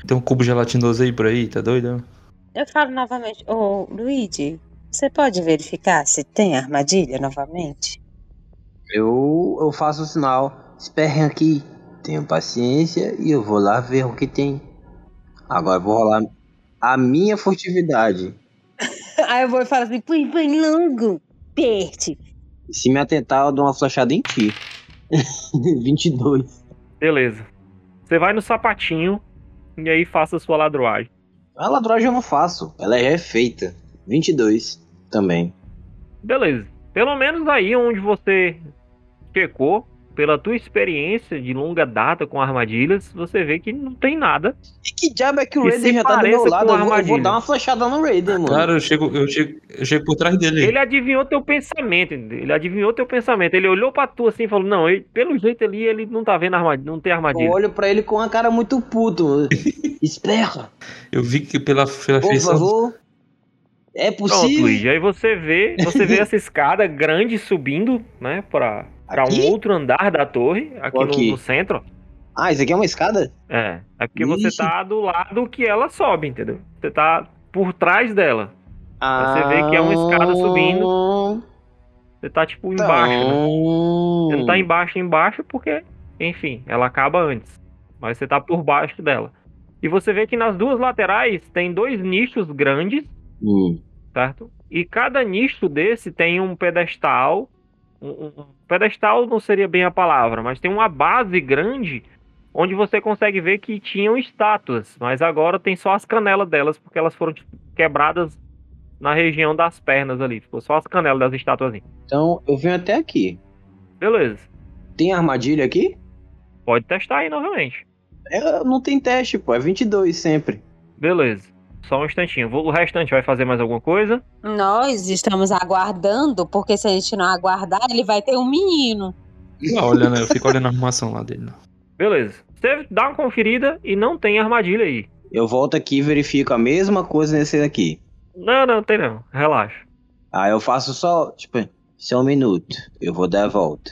Tem um cubo gelatinoso aí por aí, tá doido? ó?
Eu falo novamente, ô Luigi, você pode verificar se tem armadilha novamente?
Eu, eu faço o sinal. Esperem aqui. Tenham paciência e eu vou lá ver o que tem. Agora eu vou rolar a minha furtividade.
Aí eu vou e falo assim, põe bem longo, perte.
Se me atentar, eu dou uma flechada em ti. 22.
Beleza. Você vai no sapatinho e aí faça a sua ladroagem.
A ladroagem eu não faço. Ela já é feita. 22 também.
Beleza. Pelo menos aí onde você checou, pela tua experiência de longa data com armadilhas, você vê que não tem nada.
E que diabo é que o
E
Raiden
se
já tá do meu
pareça
lado?
com
Eu vou, eu vou
armadilha.
dar uma flechada no Raiden, mano.
Cara, eu chego, eu chego, eu chego por trás dele.
Ele adivinhou teu pensamento, entendeu? ele adivinhou teu pensamento. Ele olhou pra tu assim e falou: Não, ele- pelo jeito ali ele não tá vendo armadilha, não tem
eu
armadilha.
olho pra ele com uma cara muito puto. Espera,
Eu vi que pela, pela
por
feição.
favor. É
Pronto,
possível?
Luigi. Aí você vê, você vê essa escada grande subindo, né, pra, pra um
Aqui?
outro andar da torre, aqui, no-
Aqui.
No, centro.
Ah, isso aqui é uma escada?
É, é porque você
Ixi.
tá do lado que ela sobe, entendeu? Você tá por trás dela.
Ah,
Você vê que é uma escada
subindo.
Você tá, tipo,
Então,
embaixo, né? Você
Hum.
não tá embaixo, embaixo, porque, enfim, ela acaba antes. Mas você tá por baixo dela. E você vê que nas duas laterais tem dois nichos grandes,
hum.
certo? E cada nicho desse tem um pedestal. Um, um- um pedestal não seria bem a palavra, mas tem uma base grande onde você consegue ver que tinham estátuas, mas agora tem só as canelas delas, porque elas foram tipo, quebradas na região das pernas ali. Ficou só as canelas das estátuas.
Então, eu venho até aqui.
Beleza.
Tem armadilha aqui?
Pode testar aí novamente.
É, não tem teste, pô. É 22 sempre.
Beleza. Só um instantinho. Vou- O restante vai fazer mais alguma coisa?
Nós estamos aguardando, porque se a gente não aguardar, ele vai ter um menino.
Não, olhando, eu fico olhando a armação lá dele. né? não.
Beleza. Você dá uma conferida e não tem armadilha aí.
Eu volto aqui e verifico a mesma coisa nesse daqui.
Não, não, tem não. Relaxa.
Aí eu faço só, tipo, só um minuto. Eu vou dar a volta.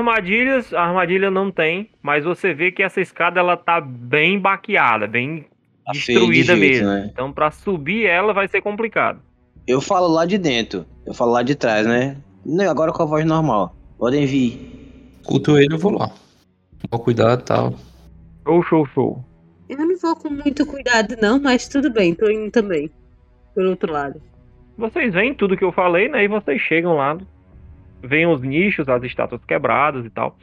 Armadilhas, armadilha não tem, mas você vê que essa escada ela tá bem baqueada, bem
Tá feio de
destruída
jeito,
mesmo.
né?
Então pra subir ela vai ser complicado.
Eu falo lá de dentro. Eu falo lá de trás, né? Não, agora com a voz normal. Podem vir.
Culto ele, eu vou lá. Ó, cuidado e tal.
Show, show, show.
Eu não vou com muito cuidado, não, mas tudo bem, tô indo também. Por outro lado.
Vocês veem tudo que eu falei, né? E vocês chegam lá. Vêm os nichos, as estátuas quebradas e tal.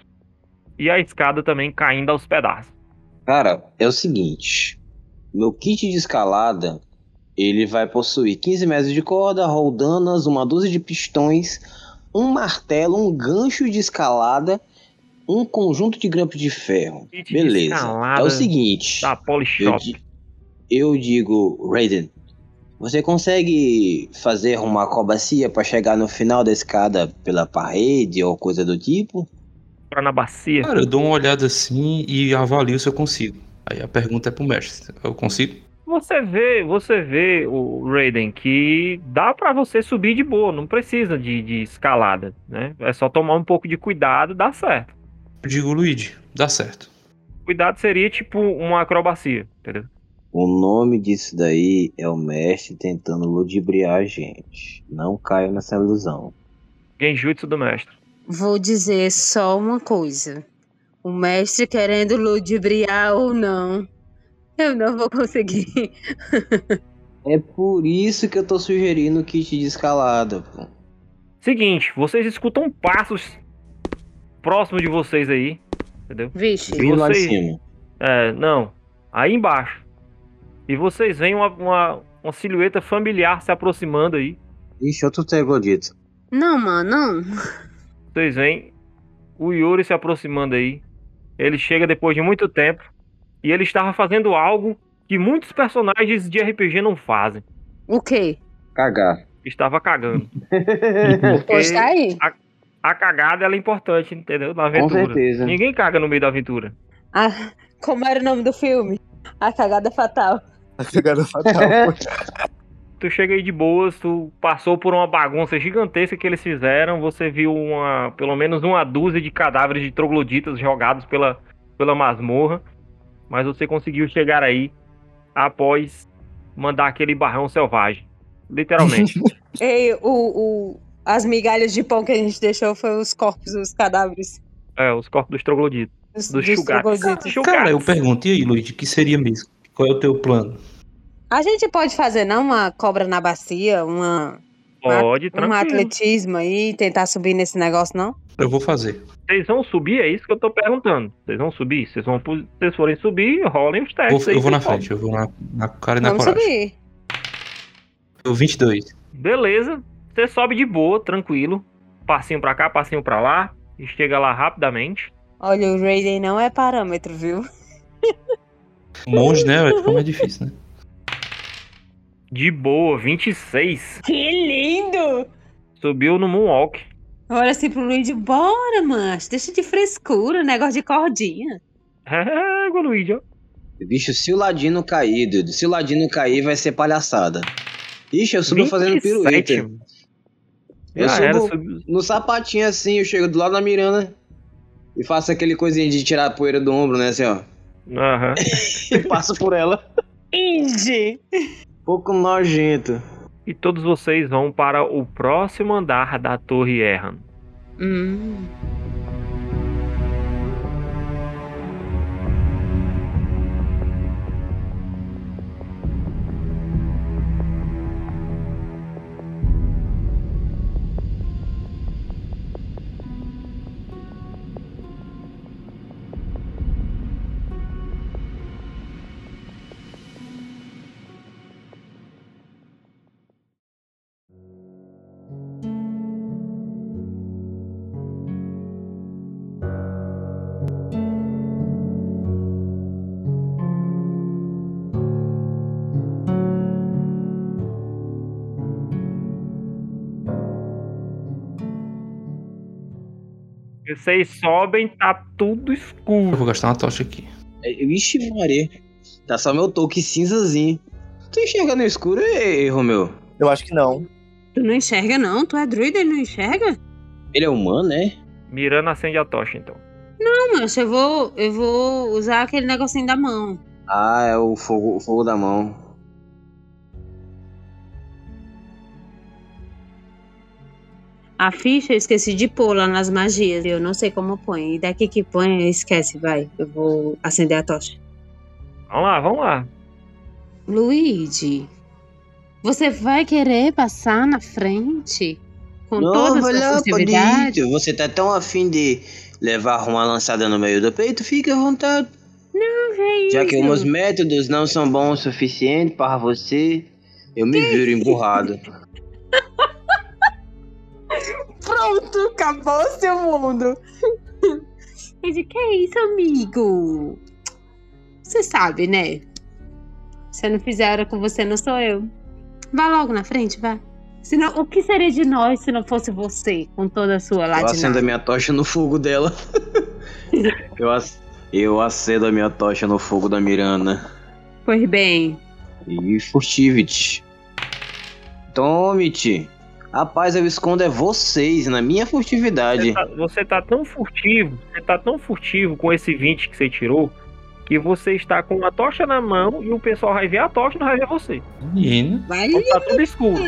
E a escada também caindo aos pedaços.
Cara, é o seguinte. Meu kit de escalada, ele vai possuir 15 metros de corda, roldanas, uma dúzia de pistões, um martelo, um gancho de escalada, um conjunto de grampos de ferro.
Kit de
Beleza.
escalada tá
É o seguinte.
Da
Eu,
Polishop.
di- eu digo, Raiden, você consegue fazer uma acrobacia pra chegar no final da escada pela parede ou coisa do tipo?
pra na bacia.
Cara, eu dou uma olhada assim e avalio se eu consigo. Aí a pergunta é pro mestre. Eu consigo?
Você vê, você vê o Raiden que dá pra você subir de boa, não precisa de, de escalada, né? É só tomar um pouco de cuidado, dá certo.
Eu digo, Luigi, dá certo.
Cuidado seria tipo uma acrobacia, entendeu?
O nome disso daí é o mestre tentando ludibriar a gente. Não caio nessa ilusão.
Genjutsu do mestre.
Vou dizer só uma coisa. O mestre querendo ludibriar ou não, eu não vou conseguir.
É por isso que eu tô sugerindo o kit de escalada, pô.
Seguinte, vocês escutam passos próximo de vocês aí, entendeu?
Vixe,
Vixe.
Vindo lá de
você-
cima.
É, não. Aí embaixo. E vocês veem uma, uma, uma silhueta familiar se aproximando aí.
Ixi, outro troglodito.
não, mano, não.
Vocês veem o Yuri se aproximando aí. Ele chega depois de muito tempo e ele estava fazendo algo que muitos personagens de RPG não fazem.
O quê?
Cagar.
Estava cagando.
Pois tá aí.
A cagada ela é importante, entendeu? Na
Com
aventura.
certeza.
Ninguém caga no meio da aventura.
Ah, como era o nome do filme? A cagada fatal.
A cagada fatal.
Tu chega aí de boas, tu passou por uma bagunça gigantesca que eles fizeram, você viu uma, pelo menos uma dúzia de cadáveres de trogloditas jogados pela, pela masmorra, mas você conseguiu chegar aí após mandar aquele barrão selvagem. Literalmente.
Ei, o, o- as migalhas de pão que a gente deixou foi os corpos, os cadáveres
é, os corpos dos trogloditas.
dos,
Dos
dos
chugatos.
trogloditas.
Cara, eu pergunto, e aí, Luigi, que seria mesmo? Qual é o teu plano?
A gente pode fazer, não? Uma cobra na bacia, uma,
Pode,
um
tranquilo.
atletismo aí, tentar subir nesse negócio, não?
Eu vou fazer.
Vocês vão subir, é isso que eu tô perguntando. Vocês vão subir? Vocês vão, pu- vocês forem subir, rolem os
Eu
testes.
vou,
É aí,
eu vou na
pessoal.
frente, eu vou na, na cara e na
Vamos
coragem.
subir.
Eu 22.
Beleza, você sobe de boa, tranquilo. passinho pra cá, passinho pra lá, e chega lá rapidamente.
Olha, o Raiden não é parâmetro, viu?
Monge, né? Vai ficar mais difícil, né?
De boa, 26.
Que lindo!
Subiu no Moonwalk.
Olha assim pro Luigi, bora, macho. Deixa de frescura, negócio de cordinha.
É, Luigi, ó.
Bicho, se o Ladino cair, doido, se o Ladino cair, vai ser palhaçada. Ixi, eu subo fazendo
27.
pirueta. Eu
Já era,
subo
subiu.
no sapatinho assim, eu chego do lado da Miranda e faço aquele coisinha de tirar a poeira do ombro, né, assim, ó.
Aham.
E passo por ela.
Indy!
Pouco nojento.
E todos vocês vão para o próximo andar da Torre Erran.
Hum.
Vocês sobem, tá tudo
Eu
escuro.
vou gastar uma tocha aqui.
É, Ixi, Maria. Tá só meu toque cinzazinho. Tu enxerga no escuro, ei, Romeu?
Eu acho que não.
Tu não enxerga, não? Tu é druida e não enxerga?
Ele é humano, né?
Miranda acende a tocha, então.
Não, macho, eu vou, eu vou usar aquele negocinho da mão.
Ah, é o fogo, o fogo da mão.
A ficha eu esqueci de pôr lá nas magias. Eu não sei como põe. E daqui que põe, eu esquece, vai. Eu vou acender a tocha.
Vamos lá, vamos lá.
Luigi, você vai querer passar na frente? Com todas as
lá,
festividades?
Palito, Você tá tão afim de levar uma lançada no meio do peito? Fica à vontade. Já que meus métodos não são bons o suficiente para você, eu me viro emburrado.
Pronto, acabou seu mundo. Ele, É que isso, amigo? Você sabe, né? Se eu não fizer era com você, não sou eu. Vá logo na frente, vá. Senão, o que seria de nós se não fosse você, com toda a sua
Eu acendo a
ladinagem?
minha tocha no fogo dela. eu, ac- eu acendo a minha tocha no fogo da Miranda.
Pois bem,
E furtivity. Tome-te. Rapaz, eu escondo é vocês na minha
Você
furtividade.
tá, você tá tão furtivo, você tá tão furtivo com esse 20 que você tirou, que você está com a tocha na mão e o pessoal vai ver a tocha e não vai ver você.
Menino.
vai
Então tá tudo escuro.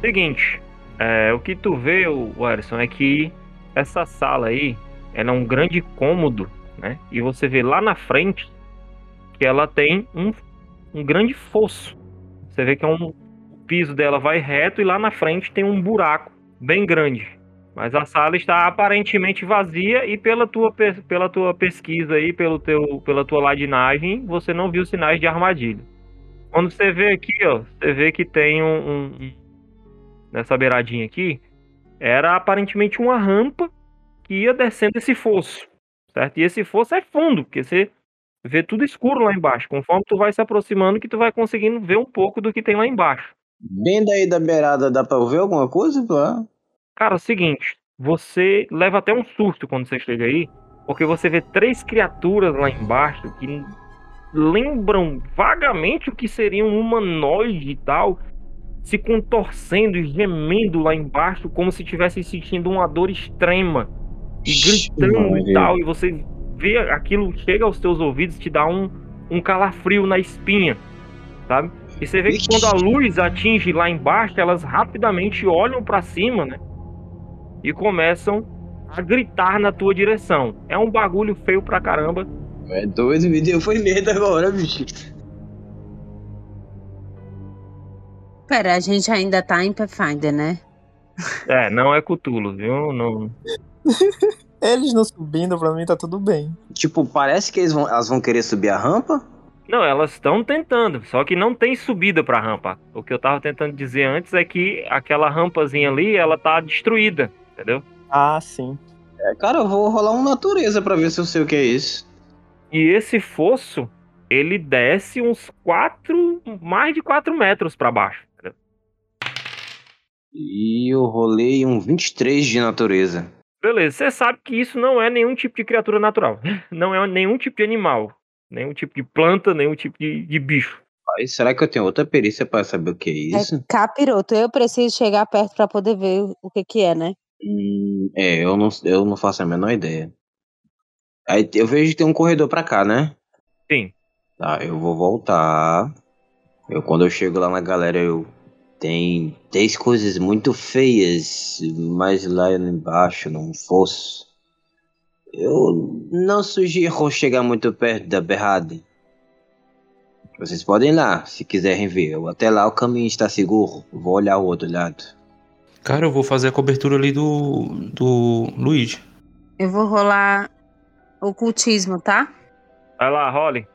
Seguinte, é, o que tu vê, o Warson, é que essa sala aí, ela é um grande cômodo, né? E você vê lá na frente que ela tem um, um grande fosso. Você vê que é um o piso dela vai reto e lá na frente tem um buraco bem grande. Mas a sala está aparentemente vazia e pela tua, pe- pela tua pesquisa aí, pelo teu, pela tua ladinagem, você não viu sinais de armadilha. Quando você vê aqui, ó, você vê que tem um- um- um nessa beiradinha aqui, era aparentemente uma rampa que ia descendo esse fosso, certo? E esse fosso é fundo, porque você vê tudo escuro lá embaixo. Conforme tu vai se aproximando, que tu vai conseguindo ver um pouco do que tem lá embaixo.
Bem daí da beirada, dá pra eu ver alguma coisa? Pra...
Cara, é o seguinte, você leva até um susto quando você chega aí, porque você vê três criaturas lá embaixo que lembram vagamente o que seria um humanoide e tal, se contorcendo e gemendo lá embaixo, como se estivessem sentindo uma dor extrema e
Ixi,
gritando e
Maria.
tal, e você vê aquilo chega aos teus ouvidos, te dá um, um calafrio na espinha, sabe? E você vê que quando a luz atinge lá embaixo, elas rapidamente olham pra cima, né? E começam a gritar na tua direção. É um bagulho feio pra caramba.
É doido, me deu foi medo agora, bicho.
Pera, a gente ainda tá em Pathfinder, né?
É, não é Cthulhu, viu? Não,
Eles não subindo, pra mim tá tudo bem.
Tipo, parece que eles vão- elas vão querer subir a rampa.
Não, elas estão tentando, só que não tem subida pra rampa. O que eu tava tentando dizer antes é que aquela rampazinha ali, ela tá destruída, entendeu?
Ah, sim.
É, cara, eu vou rolar um natureza pra ver se eu sei o que é isso.
E esse fosso, ele desce uns 4, mais de 4 metros pra baixo. entendeu?
E eu rolei um 23 de natureza.
Beleza, você sabe que isso não é nenhum tipo de criatura natural. Não é nenhum tipo de animal, nenhum tipo de planta, nenhum tipo de, de bicho.
Aí, será que eu tenho outra perícia pra saber o que é isso?
É capiroto. Eu preciso chegar perto pra poder ver o- o que que é, né?
Hum, É, eu não, eu não faço a menor ideia. Aí eu vejo que tem um corredor pra cá, né?
Sim.
Tá, eu vou voltar. Eu quando eu chego lá na galera, eu tem três coisas muito feias, mas lá embaixo não fosse. Eu não sugiro chegar muito perto da Berrade. Vocês podem ir lá, se quiserem ver. Eu- Até lá o caminho está seguro. Eu Vou olhar o outro lado.
Cara, eu vou fazer a cobertura ali do. do Luigi.
Eu vou rolar ocultismo, tá?
Vai lá, Holly.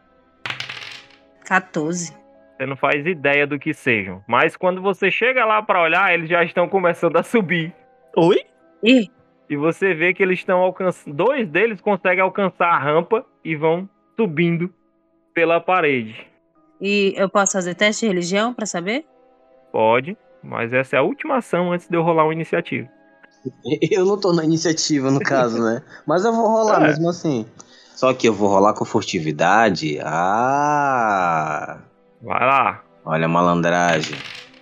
14.
Você não faz ideia do que sejam. Mas quando você chega lá pra olhar, eles já estão começando a subir.
Oi?
Ih,
E você vê que eles estão alcançando. Dois deles conseguem alcançar a rampa e vão subindo pela parede.
e eu posso fazer teste de religião pra saber?
Pode, mas essa é a última ação antes de eu rolar uma iniciativa.
Eu não tô na iniciativa, no caso, né? Mas eu vou rolar
É.
mesmo assim. Só que eu vou rolar com furtividade. Ah!
Vai lá.
Olha a malandragem.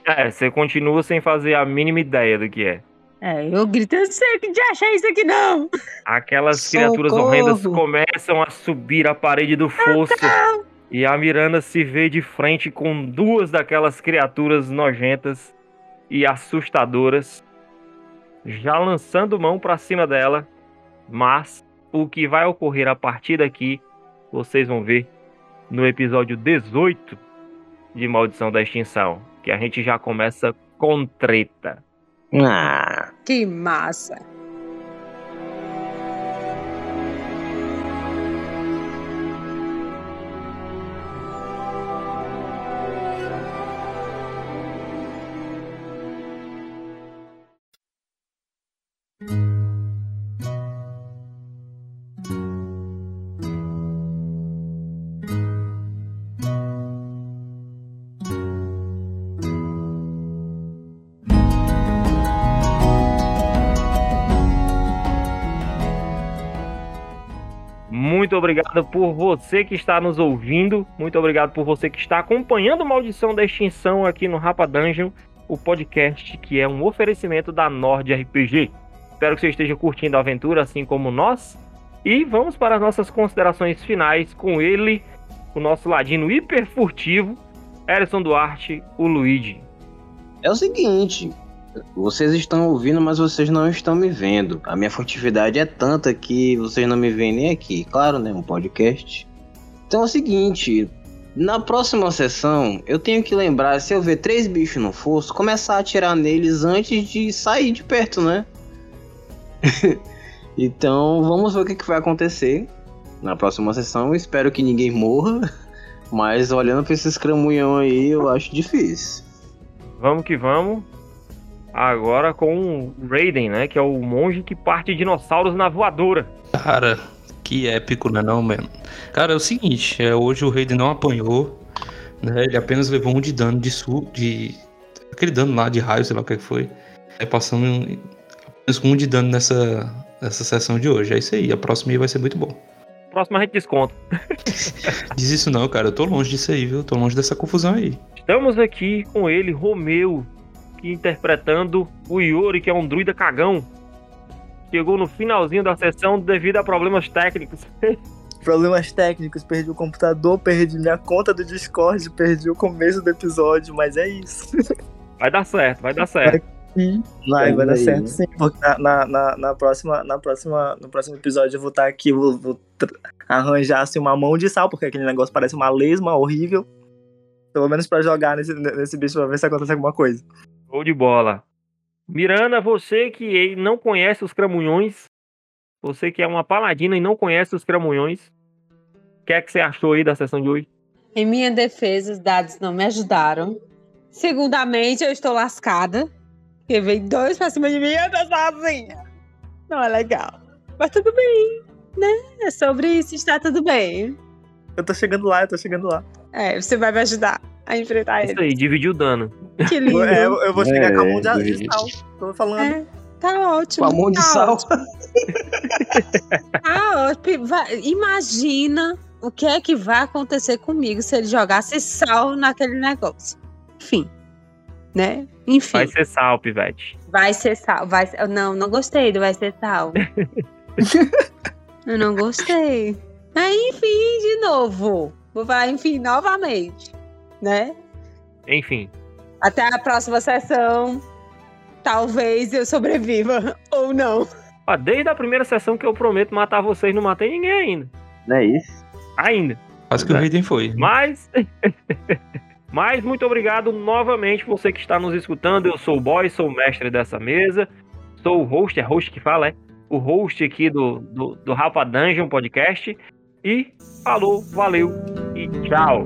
É, você continua sem fazer a mínima ideia do que é.
É, eu grito, eu sei que de achar isso aqui não!
Aquelas
Socorro!
criaturas horrendas começam a subir a parede do fosso. E a Miranda se vê de frente com duas daquelas criaturas nojentas e assustadoras, já lançando mão pra cima dela. Mas o que vai ocorrer a partir daqui, vocês vão ver no episódio 18 de Maldição da Extinção, que a gente já começa com treta.
Ah!
Que massa!
Muito obrigado por você que está nos ouvindo. Muito obrigado por você que está acompanhando Maldição da Extinção aqui no Rapa Dungeon, o podcast que é um oferecimento da Nord RPG. Espero que você esteja curtindo a aventura, assim como nós. E vamos para as nossas considerações finais com ele, o nosso ladino hiper furtivo, Erison Duarte, o Luigi.
É o seguinte, vocês estão ouvindo, mas vocês não estão me vendo. A minha furtividade é tanta que vocês não me veem nem aqui. Claro, né? Um podcast. Então é o seguinte, na próxima sessão eu tenho que lembrar, se eu ver três bichos no fosso, começar a atirar neles antes de sair de perto, né? então vamos ver o que, que vai acontecer na próxima sessão. Espero que ninguém morra, mas olhando pra esses cramunhão aí, eu acho difícil.
Vamos que vamos. Agora com o Raiden, né? Que é o monge que parte dinossauros na voadora.
Cara, que épico, né não, mano? Cara, é o seguinte, é, hoje o Raiden não apanhou, né? Ele apenas levou um de dano de su de. Aquele dano lá de raio, sei lá o que que foi. É passando um- apenas um de dano nessa, nessa sessão de hoje. É isso aí, a próxima aí vai ser muito bom.
Próximo a gente desconta.
Diz isso não, cara. Eu tô longe disso aí, viu? Eu tô longe dessa confusão aí.
Estamos aqui com ele, Romeu, que interpretando o Iori, que é um druida cagão. Chegou no finalzinho da sessão devido a problemas técnicos.
Problemas técnicos, perdi o computador, perdi minha conta do Discord, perdi o começo do episódio, mas é isso.
Vai dar certo, vai dar certo.
Vai,
Olha
vai dar
aí,
certo
né?
sim. Porque na, tá, na, na, na próxima, na próxima, no próximo episódio eu vou estar aqui, vou, vou tr- arranjar assim, uma mão de sal, porque aquele negócio parece uma lesma horrível. Pelo menos pra jogar nesse, nesse bicho pra ver se acontece alguma coisa.
Gol de bola. Miranda, você que não conhece os cramunhões, Você que é uma paladina e não conhece os cramunhões. O que é que você achou aí da sessão de hoje?
Em minha defesa, os dados não me ajudaram. Segundamente, eu estou lascada. Porque vem dois pra cima de mim e eu tô sozinha. Não é legal. Mas tudo bem, né? É sobre isso, está tudo bem.
Eu tô chegando lá, eu tô chegando lá.
É, você vai me ajudar a enfrentar
Isso
ele.
aí, dividiu o dano.
Que lindo.
É, eu, eu vou chegar
É,
com a mão de, de
gente.
sal. Tô falando.
É, tá
Com
ótimo.
a mão de
tá
sal.
ótimo, tá ótimo. Vai- Imagina o que é que vai acontecer comigo se ele jogasse sal naquele negócio. Enfim, né? Enfim,
Vai ser sal, Pivete.
vai ser sal. Vai ser... Não, não gostei do vai ser sal. Eu não gostei. Aí, enfim, de novo. Vou falar, enfim, novamente. Né?
Enfim,
Até a próxima sessão. Talvez eu sobreviva ou não.
ó, desde a primeira sessão que eu prometo matar vocês, não matei ninguém ainda.
Não é isso?
Ainda.
Quase que o Raiden foi.
Mas. Mas muito obrigado novamente você que está nos escutando. Eu sou o boy, sou o mestre dessa mesa. Sou o host, é host que fala, é? O host aqui do, do, do Rapa Dungeon Podcast. E falou, valeu e tchau.